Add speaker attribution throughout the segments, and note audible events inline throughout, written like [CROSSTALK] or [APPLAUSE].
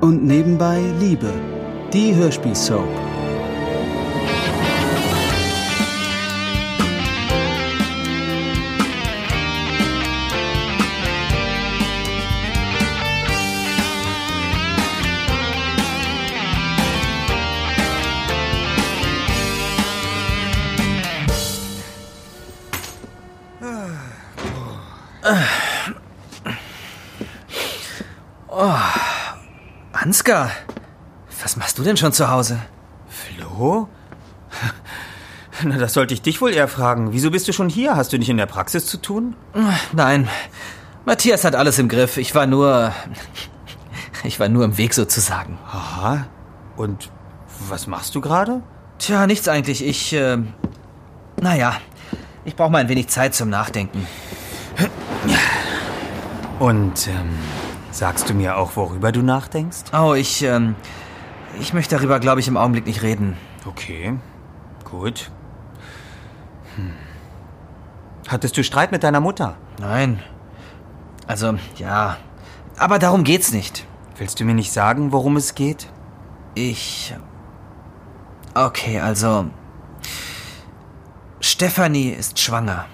Speaker 1: und nebenbei Liebe, die Hörspielsoap.
Speaker 2: Ansgar, was machst du denn schon zu Hause?
Speaker 3: Flo? [LAUGHS] Na, das sollte ich dich wohl eher fragen. Wieso bist du schon hier? Hast du nicht in der Praxis zu tun?
Speaker 2: Nein, Matthias hat alles im Griff. Ich war nur... [LAUGHS] Ich war nur im Weg sozusagen.
Speaker 3: Aha. Und was machst du gerade?
Speaker 2: Tja, nichts eigentlich. Ich, äh, naja, ich brauche mal ein wenig Zeit zum Nachdenken.
Speaker 3: Und, ähm, Sagst du mir auch, worüber du nachdenkst?
Speaker 2: Oh, ich, ähm, ich möchte darüber, glaube ich, im Augenblick nicht reden.
Speaker 3: Okay, gut. Hm. Hattest du Streit mit deiner Mutter?
Speaker 2: Nein. Also, ja. Aber darum geht's nicht.
Speaker 3: Willst du mir nicht sagen, worum es geht?
Speaker 2: Ich. Okay, also. Stefanie ist schwanger.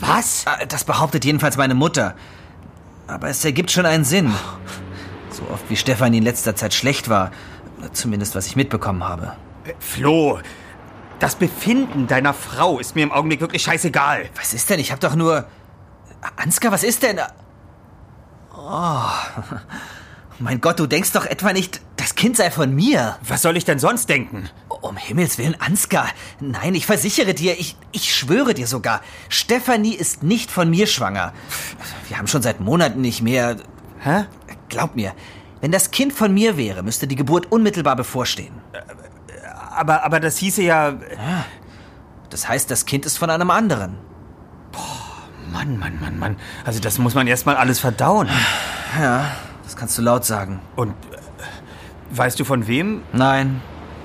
Speaker 3: Was?
Speaker 2: Ah, Das behauptet jedenfalls meine Mutter. Aber es ergibt schon einen Sinn. So oft wie Stefanie in letzter Zeit schlecht war. Zumindest was ich mitbekommen habe.
Speaker 3: Äh, Flo, das Befinden deiner Frau ist mir im Augenblick wirklich scheißegal.
Speaker 2: Was ist denn? Ich hab doch nur. Ansgar, was ist denn? Oh. [LAUGHS] Mein Gott, du denkst doch etwa nicht, das Kind sei von mir.
Speaker 3: Was soll ich denn sonst denken?
Speaker 2: Um Himmels Willen, Ansgar. Nein, ich versichere dir, ich, ich schwöre dir sogar, Stefanie ist nicht von mir schwanger. Wir haben schon seit Monaten nicht mehr.
Speaker 3: Hä?
Speaker 2: Glaub mir, wenn das Kind von mir wäre, müsste die Geburt unmittelbar bevorstehen.
Speaker 3: Aber, aber das hieße ja.
Speaker 2: ja. Das heißt, das Kind ist von einem anderen.
Speaker 3: Boah, Mann, Mann, Mann, Mann. Also, das muss man erstmal alles verdauen.
Speaker 2: Ja, das kannst du laut sagen.
Speaker 3: Und. Äh, weißt du von wem?
Speaker 2: Nein.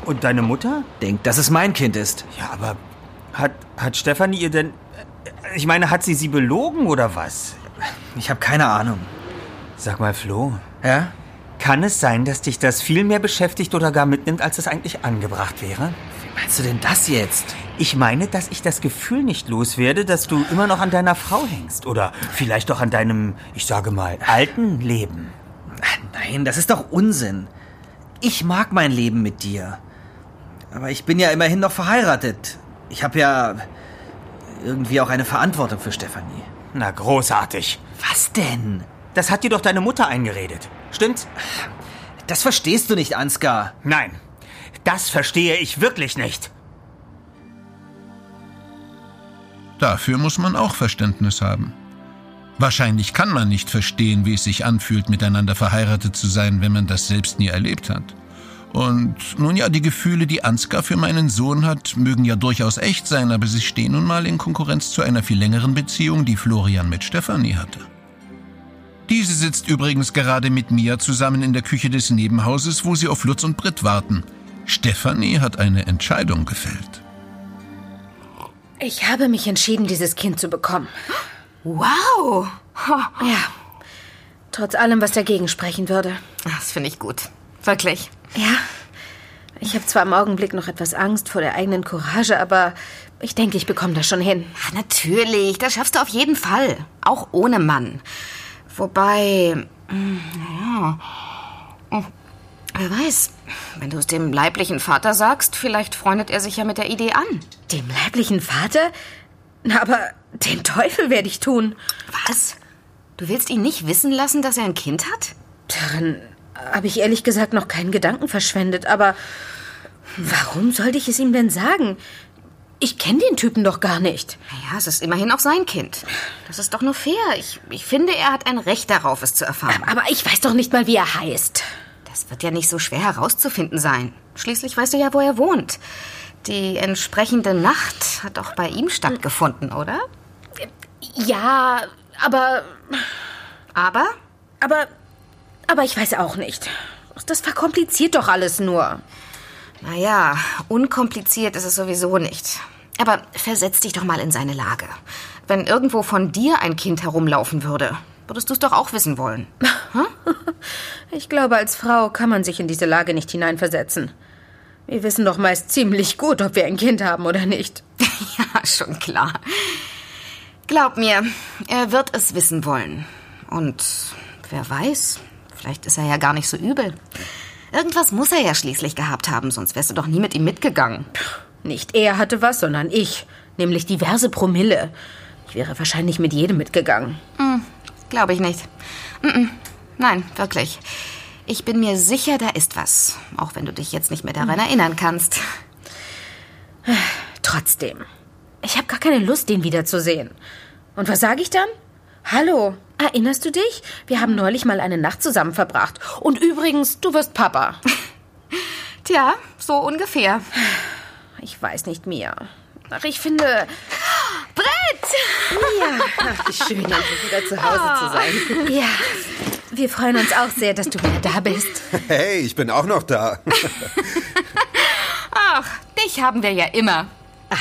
Speaker 3: Und deine Mutter?
Speaker 2: Denkt, dass es mein Kind ist.
Speaker 3: Ja, aber hat, hat Stefanie ihr denn. äh, Ich meine, hat sie sie belogen oder was?
Speaker 2: Ich habe keine Ahnung.
Speaker 3: Sag mal, Flo.
Speaker 2: Ja?
Speaker 3: Kann es sein, dass dich das viel mehr beschäftigt oder gar mitnimmt, als es eigentlich angebracht wäre?
Speaker 2: Wie meinst du denn das jetzt?
Speaker 3: Ich meine, dass ich das Gefühl nicht loswerde, dass du immer noch an deiner Frau hängst. Oder vielleicht auch an deinem, ich sage mal, alten Leben.
Speaker 2: Ah, Nein, das ist doch Unsinn. Ich mag mein Leben mit dir. Aber ich bin ja immerhin noch verheiratet. Ich habe ja irgendwie auch eine Verantwortung für Stefanie.
Speaker 3: Na, großartig.
Speaker 2: Was denn?
Speaker 3: Das hat dir doch deine Mutter eingeredet. Stimmt's?
Speaker 2: Das verstehst du nicht, Ansgar.
Speaker 3: Nein, das verstehe ich wirklich nicht.
Speaker 4: Dafür muss man auch Verständnis haben. Wahrscheinlich kann man nicht verstehen, wie es sich anfühlt, miteinander verheiratet zu sein, wenn man das selbst nie erlebt hat. Und nun ja, die Gefühle, die Ansgar für meinen Sohn hat, mögen ja durchaus echt sein, aber sie stehen nun mal in Konkurrenz zu einer viel längeren Beziehung, die Florian mit Stefanie hatte. Diese sitzt übrigens gerade mit Mia zusammen in der Küche des Nebenhauses, wo sie auf Lutz und Britt warten. Stefanie hat eine Entscheidung gefällt.
Speaker 5: Ich habe mich entschieden, dieses Kind zu bekommen.
Speaker 6: Wow!
Speaker 5: Ja. Trotz allem, was dagegen sprechen würde.
Speaker 6: [LAUGHS] Das finde ich gut. Wirklich.
Speaker 5: Ja. Ich habe zwar im Augenblick noch etwas Angst vor der eigenen Courage, aber ich denke, ich bekomme das schon hin.
Speaker 6: Ach, natürlich, das schaffst du auf jeden Fall. Auch ohne Mann. Wobei, naja, wer weiß, wenn du es dem leiblichen Vater sagst, vielleicht freundet er sich ja mit der Idee an.
Speaker 5: Dem leiblichen Vater? Na, aber den Teufel werde ich tun.
Speaker 6: Was? Du willst ihn nicht wissen lassen, dass er ein Kind hat?
Speaker 5: Daran habe ich ehrlich gesagt noch keinen Gedanken verschwendet, aber warum sollte ich es ihm denn sagen? Ich kenne den Typen doch gar nicht.
Speaker 6: Naja, es ist immerhin auch sein Kind. Das ist doch nur fair. Ich, ich finde, er hat ein Recht darauf, es zu erfahren.
Speaker 5: Aber ich weiß doch nicht mal, wie er heißt.
Speaker 6: Das wird ja nicht so schwer herauszufinden sein. Schließlich weißt du ja, wo er wohnt. Die entsprechende Nacht hat auch bei ihm stattgefunden, oder?
Speaker 5: Ja, aber.
Speaker 6: Aber?
Speaker 5: Aber. Aber ich weiß auch nicht. Das verkompliziert doch alles nur.
Speaker 6: Naja, unkompliziert ist es sowieso nicht. Aber versetz dich doch mal in seine Lage. Wenn irgendwo von dir ein Kind herumlaufen würde, würdest du es doch auch wissen wollen. Hm?
Speaker 5: [LAUGHS] Ich glaube, als Frau kann man sich in diese Lage nicht hineinversetzen. Wir wissen doch meist ziemlich gut, ob wir ein Kind haben oder nicht.
Speaker 6: [LAUGHS] Ja, schon klar. Glaub mir, er wird es wissen wollen. Und wer weiß, vielleicht ist er ja gar nicht so übel. Irgendwas muss er ja schließlich gehabt haben, sonst wärst du doch nie mit ihm mitgegangen.
Speaker 5: Nicht er hatte was, sondern ich. Nämlich diverse Promille. Ich wäre wahrscheinlich mit jedem mitgegangen.
Speaker 6: Glaube Hm, ich nicht. Mm-mm. Nein, wirklich. Ich bin mir sicher, da ist was. Auch wenn du dich jetzt nicht mehr daran erinnern kannst.
Speaker 5: Trotzdem. Ich habe gar keine Lust, den wiederzusehen. Und was sage ich dann? Hallo, erinnerst du dich? Wir haben neulich mal eine Nacht zusammen verbracht. Und übrigens, du wirst Papa.
Speaker 6: Tja, so ungefähr.
Speaker 5: Ich weiß nicht mehr. Ach, ich finde,
Speaker 6: Brett!
Speaker 5: Ach, wie schön, endlich wieder zu Hause zu sein. Ja, wir freuen uns auch sehr, dass du wieder da bist.
Speaker 7: Hey, ich bin auch noch da.
Speaker 6: Ach, dich haben wir ja immer.
Speaker 8: Ah.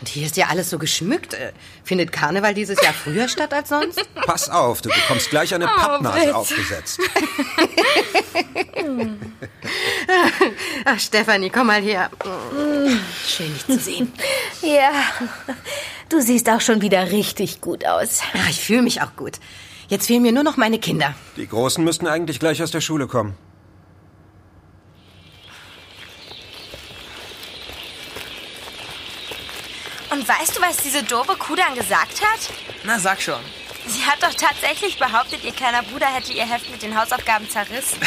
Speaker 9: Und hier ist ja alles so geschmückt. Äh, Findet Karneval dieses Jahr früher statt als sonst?
Speaker 7: Pass auf, du bekommst gleich eine Pappnase aufgesetzt.
Speaker 9: [LAUGHS] Ach, Stefanie, komm mal her. Mm, Schön, dich zu sehen.
Speaker 5: Ja, du siehst auch schon wieder richtig gut aus.
Speaker 9: Ach, Ah, ich fühle mich auch gut. Jetzt fehlen mir nur noch meine Kinder.
Speaker 7: Die Großen müssten eigentlich gleich aus der Schule kommen.
Speaker 10: Und weißt du, was diese doofe Kudan gesagt hat?
Speaker 8: Na, sag schon.
Speaker 10: Sie hat doch tatsächlich behauptet, ihr kleiner Bruder hätte ihr Heft mit den Hausaufgaben
Speaker 8: [LAUGHS]
Speaker 10: zerrissen.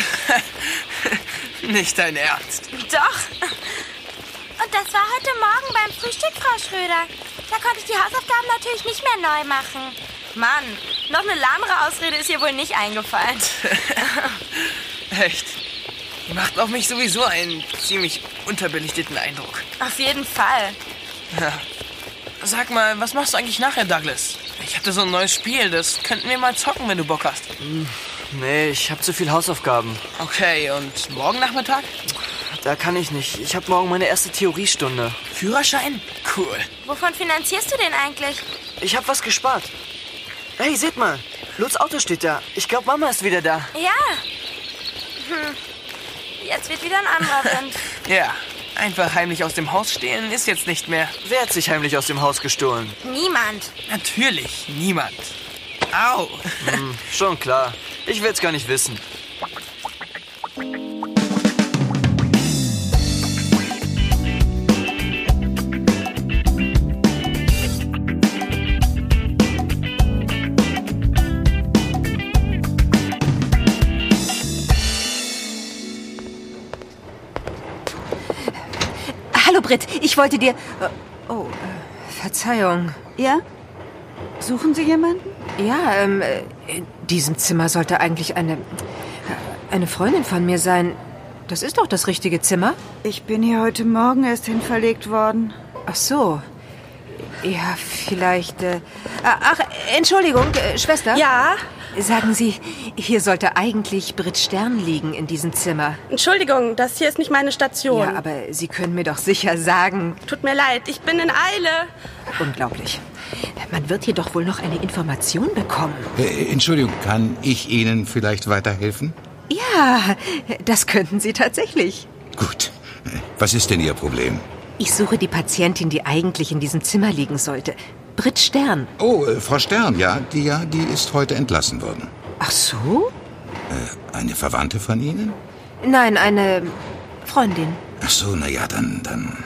Speaker 8: Nicht dein Ernst.
Speaker 10: Doch. Und das war heute Morgen beim Frühstück, Frau Schröder. Da konnte ich die Hausaufgaben natürlich nicht mehr neu machen. Mann, noch eine lahmere Ausrede ist ihr wohl nicht eingefallen.
Speaker 8: Echt. Die macht auf mich sowieso einen ziemlich unterbelichteten Eindruck.
Speaker 10: Auf jeden Fall.
Speaker 8: Sag mal, was machst du eigentlich nachher, Douglas? Ich hatte so ein neues Spiel, das könnten wir mal zocken, wenn du Bock hast.
Speaker 11: Hm, Nee, ich habe zu viel Hausaufgaben.
Speaker 8: Okay, und morgen Nachmittag?
Speaker 11: Da kann ich nicht. Ich habe morgen meine erste Theoriestunde.
Speaker 8: Führerschein? Cool.
Speaker 10: Wovon finanzierst du den eigentlich?
Speaker 11: Ich habe was gespart. Hey, seht mal. Lutz Auto steht da. Ich glaube, Mama ist wieder da.
Speaker 10: Ja. Hm. Jetzt wird wieder ein anderer
Speaker 8: [LAUGHS]
Speaker 10: Wind.
Speaker 8: Ja, einfach heimlich aus dem Haus stehlen ist jetzt nicht mehr.
Speaker 11: Wer hat sich heimlich aus dem Haus gestohlen?
Speaker 10: Niemand.
Speaker 8: Natürlich niemand. Au.
Speaker 11: Schon klar. Ich will's gar nicht wissen.
Speaker 12: Hallo Britt, ich wollte dir. äh, Oh, äh, Verzeihung. Ja? Suchen Sie jemanden? Ja, ähm, äh, in diesem Zimmer sollte eigentlich eine. eine Freundin von mir sein. Das ist doch das richtige Zimmer.
Speaker 13: Ich bin hier heute Morgen erst hinverlegt worden.
Speaker 12: Ach so. Ja, vielleicht. Äh, ach, Entschuldigung, äh, Schwester.
Speaker 13: Ja?
Speaker 12: Sagen Sie, hier sollte eigentlich Britt Stern liegen in diesem Zimmer.
Speaker 13: Entschuldigung, das hier ist nicht meine Station.
Speaker 12: Ja, aber Sie können mir doch sicher sagen.
Speaker 13: Tut mir leid, ich bin in Eile.
Speaker 12: Unglaublich. Man wird hier doch wohl noch eine Information bekommen.
Speaker 14: Äh, Entschuldigung, kann ich Ihnen vielleicht weiterhelfen?
Speaker 12: Ja, das könnten Sie tatsächlich.
Speaker 14: Gut. Äh, Was ist denn Ihr Problem?
Speaker 12: Ich suche die Patientin, die eigentlich in diesem Zimmer liegen sollte. Britt Stern.
Speaker 14: Oh, äh, Frau Stern, ja, die, ja, die ist heute entlassen worden.
Speaker 12: Ach so?
Speaker 14: Eine Verwandte von Ihnen?
Speaker 12: Nein, eine Freundin.
Speaker 14: Ach so, na ja, dann, dann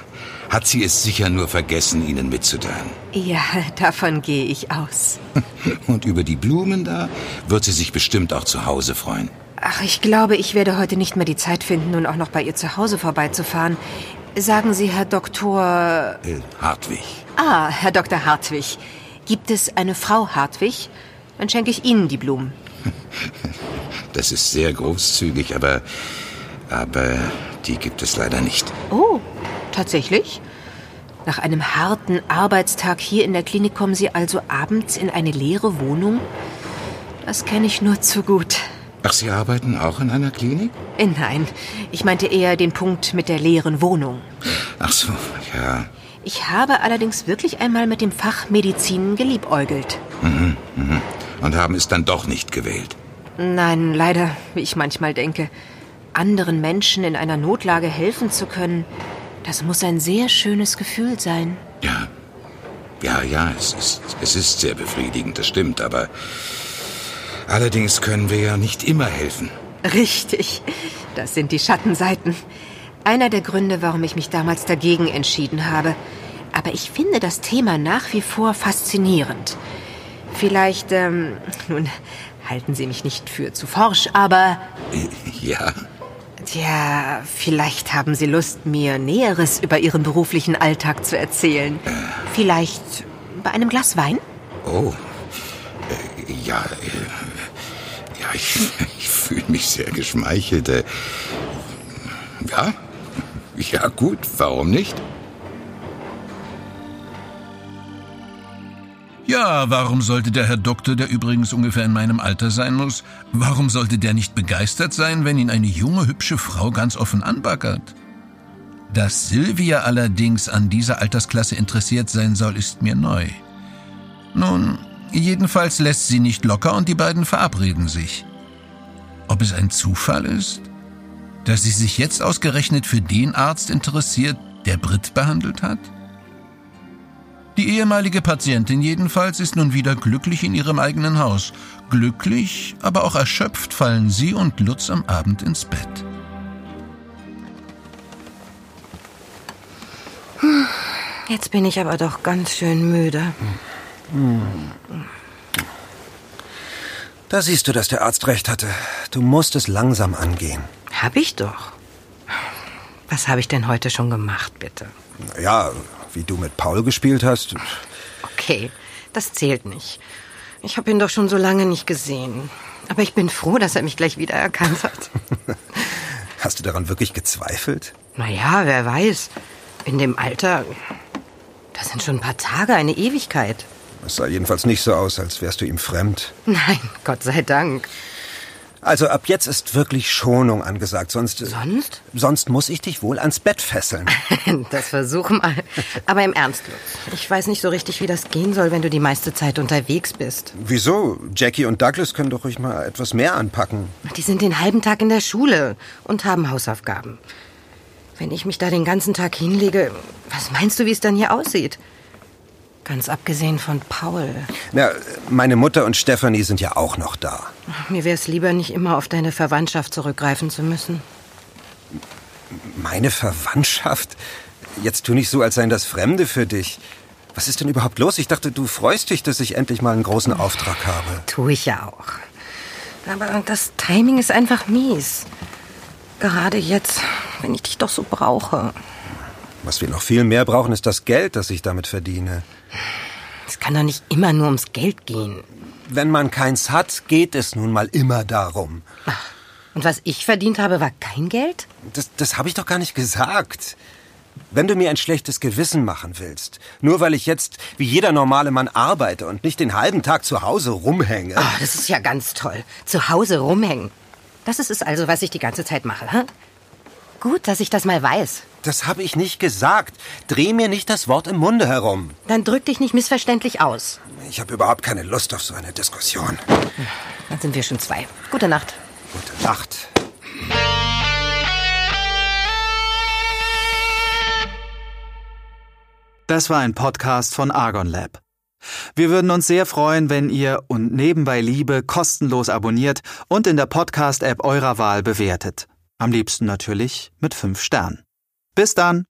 Speaker 14: hat sie es sicher nur vergessen, Ihnen mitzuteilen.
Speaker 12: Ja, [LAUGHS] davon gehe ich aus.
Speaker 14: [LAUGHS] Und über die Blumen da wird sie sich bestimmt auch zu Hause freuen.
Speaker 12: Ach, ich glaube, ich werde heute nicht mehr die Zeit finden, nun auch noch bei ihr zu Hause vorbeizufahren. Sagen Sie, Herr Doktor.
Speaker 14: Äh, Hartwig.
Speaker 12: Ah, Herr Dr. Hartwig. Gibt es eine Frau Hartwig? Dann schenke ich Ihnen die Blumen.
Speaker 14: Das ist sehr großzügig, aber, aber die gibt es leider nicht.
Speaker 12: Oh, tatsächlich? Nach einem harten Arbeitstag hier in der Klinik kommen Sie also abends in eine leere Wohnung? Das kenne ich nur zu gut.
Speaker 14: Ach, Sie arbeiten auch in einer Klinik?
Speaker 12: Äh, Nein, ich meinte eher den Punkt mit der leeren Wohnung.
Speaker 14: Ach so, ja.
Speaker 12: Ich habe allerdings wirklich einmal mit dem Fach Medizin geliebäugelt.
Speaker 14: Und haben es dann doch nicht gewählt.
Speaker 15: Nein, leider, wie ich manchmal denke. Anderen Menschen in einer Notlage helfen zu können, das muss ein sehr schönes Gefühl sein.
Speaker 16: Ja. Ja, ja, es ist, es ist sehr befriedigend, das stimmt, aber allerdings können wir ja nicht immer helfen.
Speaker 15: Richtig, das sind die Schattenseiten. Einer der Gründe, warum ich mich damals dagegen entschieden habe. Aber ich finde das Thema nach wie vor faszinierend. Vielleicht, ähm, nun, halten Sie mich nicht für zu forsch, aber
Speaker 16: Ja,
Speaker 15: Tja, vielleicht haben Sie Lust, mir Näheres über Ihren beruflichen Alltag zu erzählen. Vielleicht bei einem Glas Wein?
Speaker 16: oh. Äh, ja, äh, ja, ich, [LAUGHS] ich fühle mich sehr geschmeichelt. Äh, ja, ja gut, warum nicht?
Speaker 4: Ja, warum sollte der Herr Doktor, der übrigens ungefähr in meinem Alter sein muss, warum sollte der nicht begeistert sein, wenn ihn eine junge, hübsche Frau ganz offen anbackert? Dass Silvia allerdings an dieser Altersklasse interessiert sein soll, ist mir neu. Nun, jedenfalls lässt sie nicht locker und die beiden verabreden sich. Ob es ein Zufall ist, dass sie sich jetzt ausgerechnet für den Arzt interessiert, der Brit behandelt hat? Die ehemalige Patientin jedenfalls ist nun wieder glücklich in ihrem eigenen Haus. Glücklich, aber auch erschöpft fallen sie und Lutz am Abend ins Bett.
Speaker 12: Jetzt bin ich aber doch ganz schön müde.
Speaker 2: Da siehst du, dass der Arzt recht hatte. Du musst es langsam angehen.
Speaker 12: Hab ich doch. Was habe ich denn heute schon gemacht, bitte?
Speaker 2: Ja, wie du mit Paul gespielt hast.
Speaker 12: Okay, das zählt nicht. Ich habe ihn doch schon so lange nicht gesehen. Aber ich bin froh, dass er mich gleich wiedererkannt hat.
Speaker 2: [LAUGHS] Hast du daran wirklich gezweifelt?
Speaker 12: Naja, wer weiß. In dem Alter, das sind schon ein paar Tage, eine Ewigkeit.
Speaker 2: Es sah jedenfalls nicht so aus, als wärst du ihm fremd.
Speaker 12: Nein, Gott sei Dank.
Speaker 2: Also ab jetzt ist wirklich Schonung angesagt, sonst... Sonst? Sonst muss ich dich wohl ans Bett fesseln.
Speaker 12: [LAUGHS] Das versuch mal. Aber im Ernst, Lutz, ich weiß nicht so richtig, wie das gehen soll, wenn du die meiste Zeit unterwegs bist.
Speaker 2: Wieso? Jackie und Douglas können doch ruhig mal etwas mehr anpacken.
Speaker 12: Die sind den halben Tag in der Schule und haben Hausaufgaben. Wenn ich mich da den ganzen Tag hinlege, was meinst du, wie es dann hier aussieht? Ganz abgesehen von Paul.
Speaker 2: Na, meine Mutter und Stephanie sind ja auch noch da.
Speaker 12: Mir wäre es lieber, nicht immer auf deine Verwandtschaft zurückgreifen zu müssen.
Speaker 2: Meine Verwandtschaft? Jetzt tu nicht so, als seien das Fremde für dich. Was ist denn überhaupt los? Ich dachte, du freust dich, dass ich endlich mal einen großen Auftrag habe.
Speaker 12: Tu ich ja auch. Aber das Timing ist einfach mies. Gerade jetzt, wenn ich dich doch so brauche.
Speaker 2: Was wir noch viel mehr brauchen, ist das Geld, das ich damit verdiene.
Speaker 12: Es kann doch nicht immer nur ums Geld gehen.
Speaker 2: Wenn man keins hat, geht es nun mal immer darum.
Speaker 12: Und was ich verdient habe, war kein Geld?
Speaker 2: Das, das habe ich doch gar nicht gesagt. Wenn du mir ein schlechtes Gewissen machen willst, nur weil ich jetzt wie jeder normale Mann arbeite und nicht den halben Tag zu Hause rumhänge.
Speaker 12: Ach, das ist ja ganz toll. Zu Hause rumhängen. Das ist es also, was ich die ganze Zeit mache. Hä? Gut, dass ich das mal weiß.
Speaker 2: Das habe ich nicht gesagt. Dreh mir nicht das Wort im Munde herum.
Speaker 12: Dann drück dich nicht missverständlich aus.
Speaker 2: Ich habe überhaupt keine Lust auf so eine Diskussion.
Speaker 12: Dann sind wir schon zwei. Gute Nacht.
Speaker 2: Gute Nacht.
Speaker 1: Das war ein Podcast von Argon Lab. Wir würden uns sehr freuen, wenn ihr und nebenbei Liebe kostenlos abonniert und in der Podcast-App eurer Wahl bewertet. Am liebsten natürlich mit 5 Sternen. Bis dann!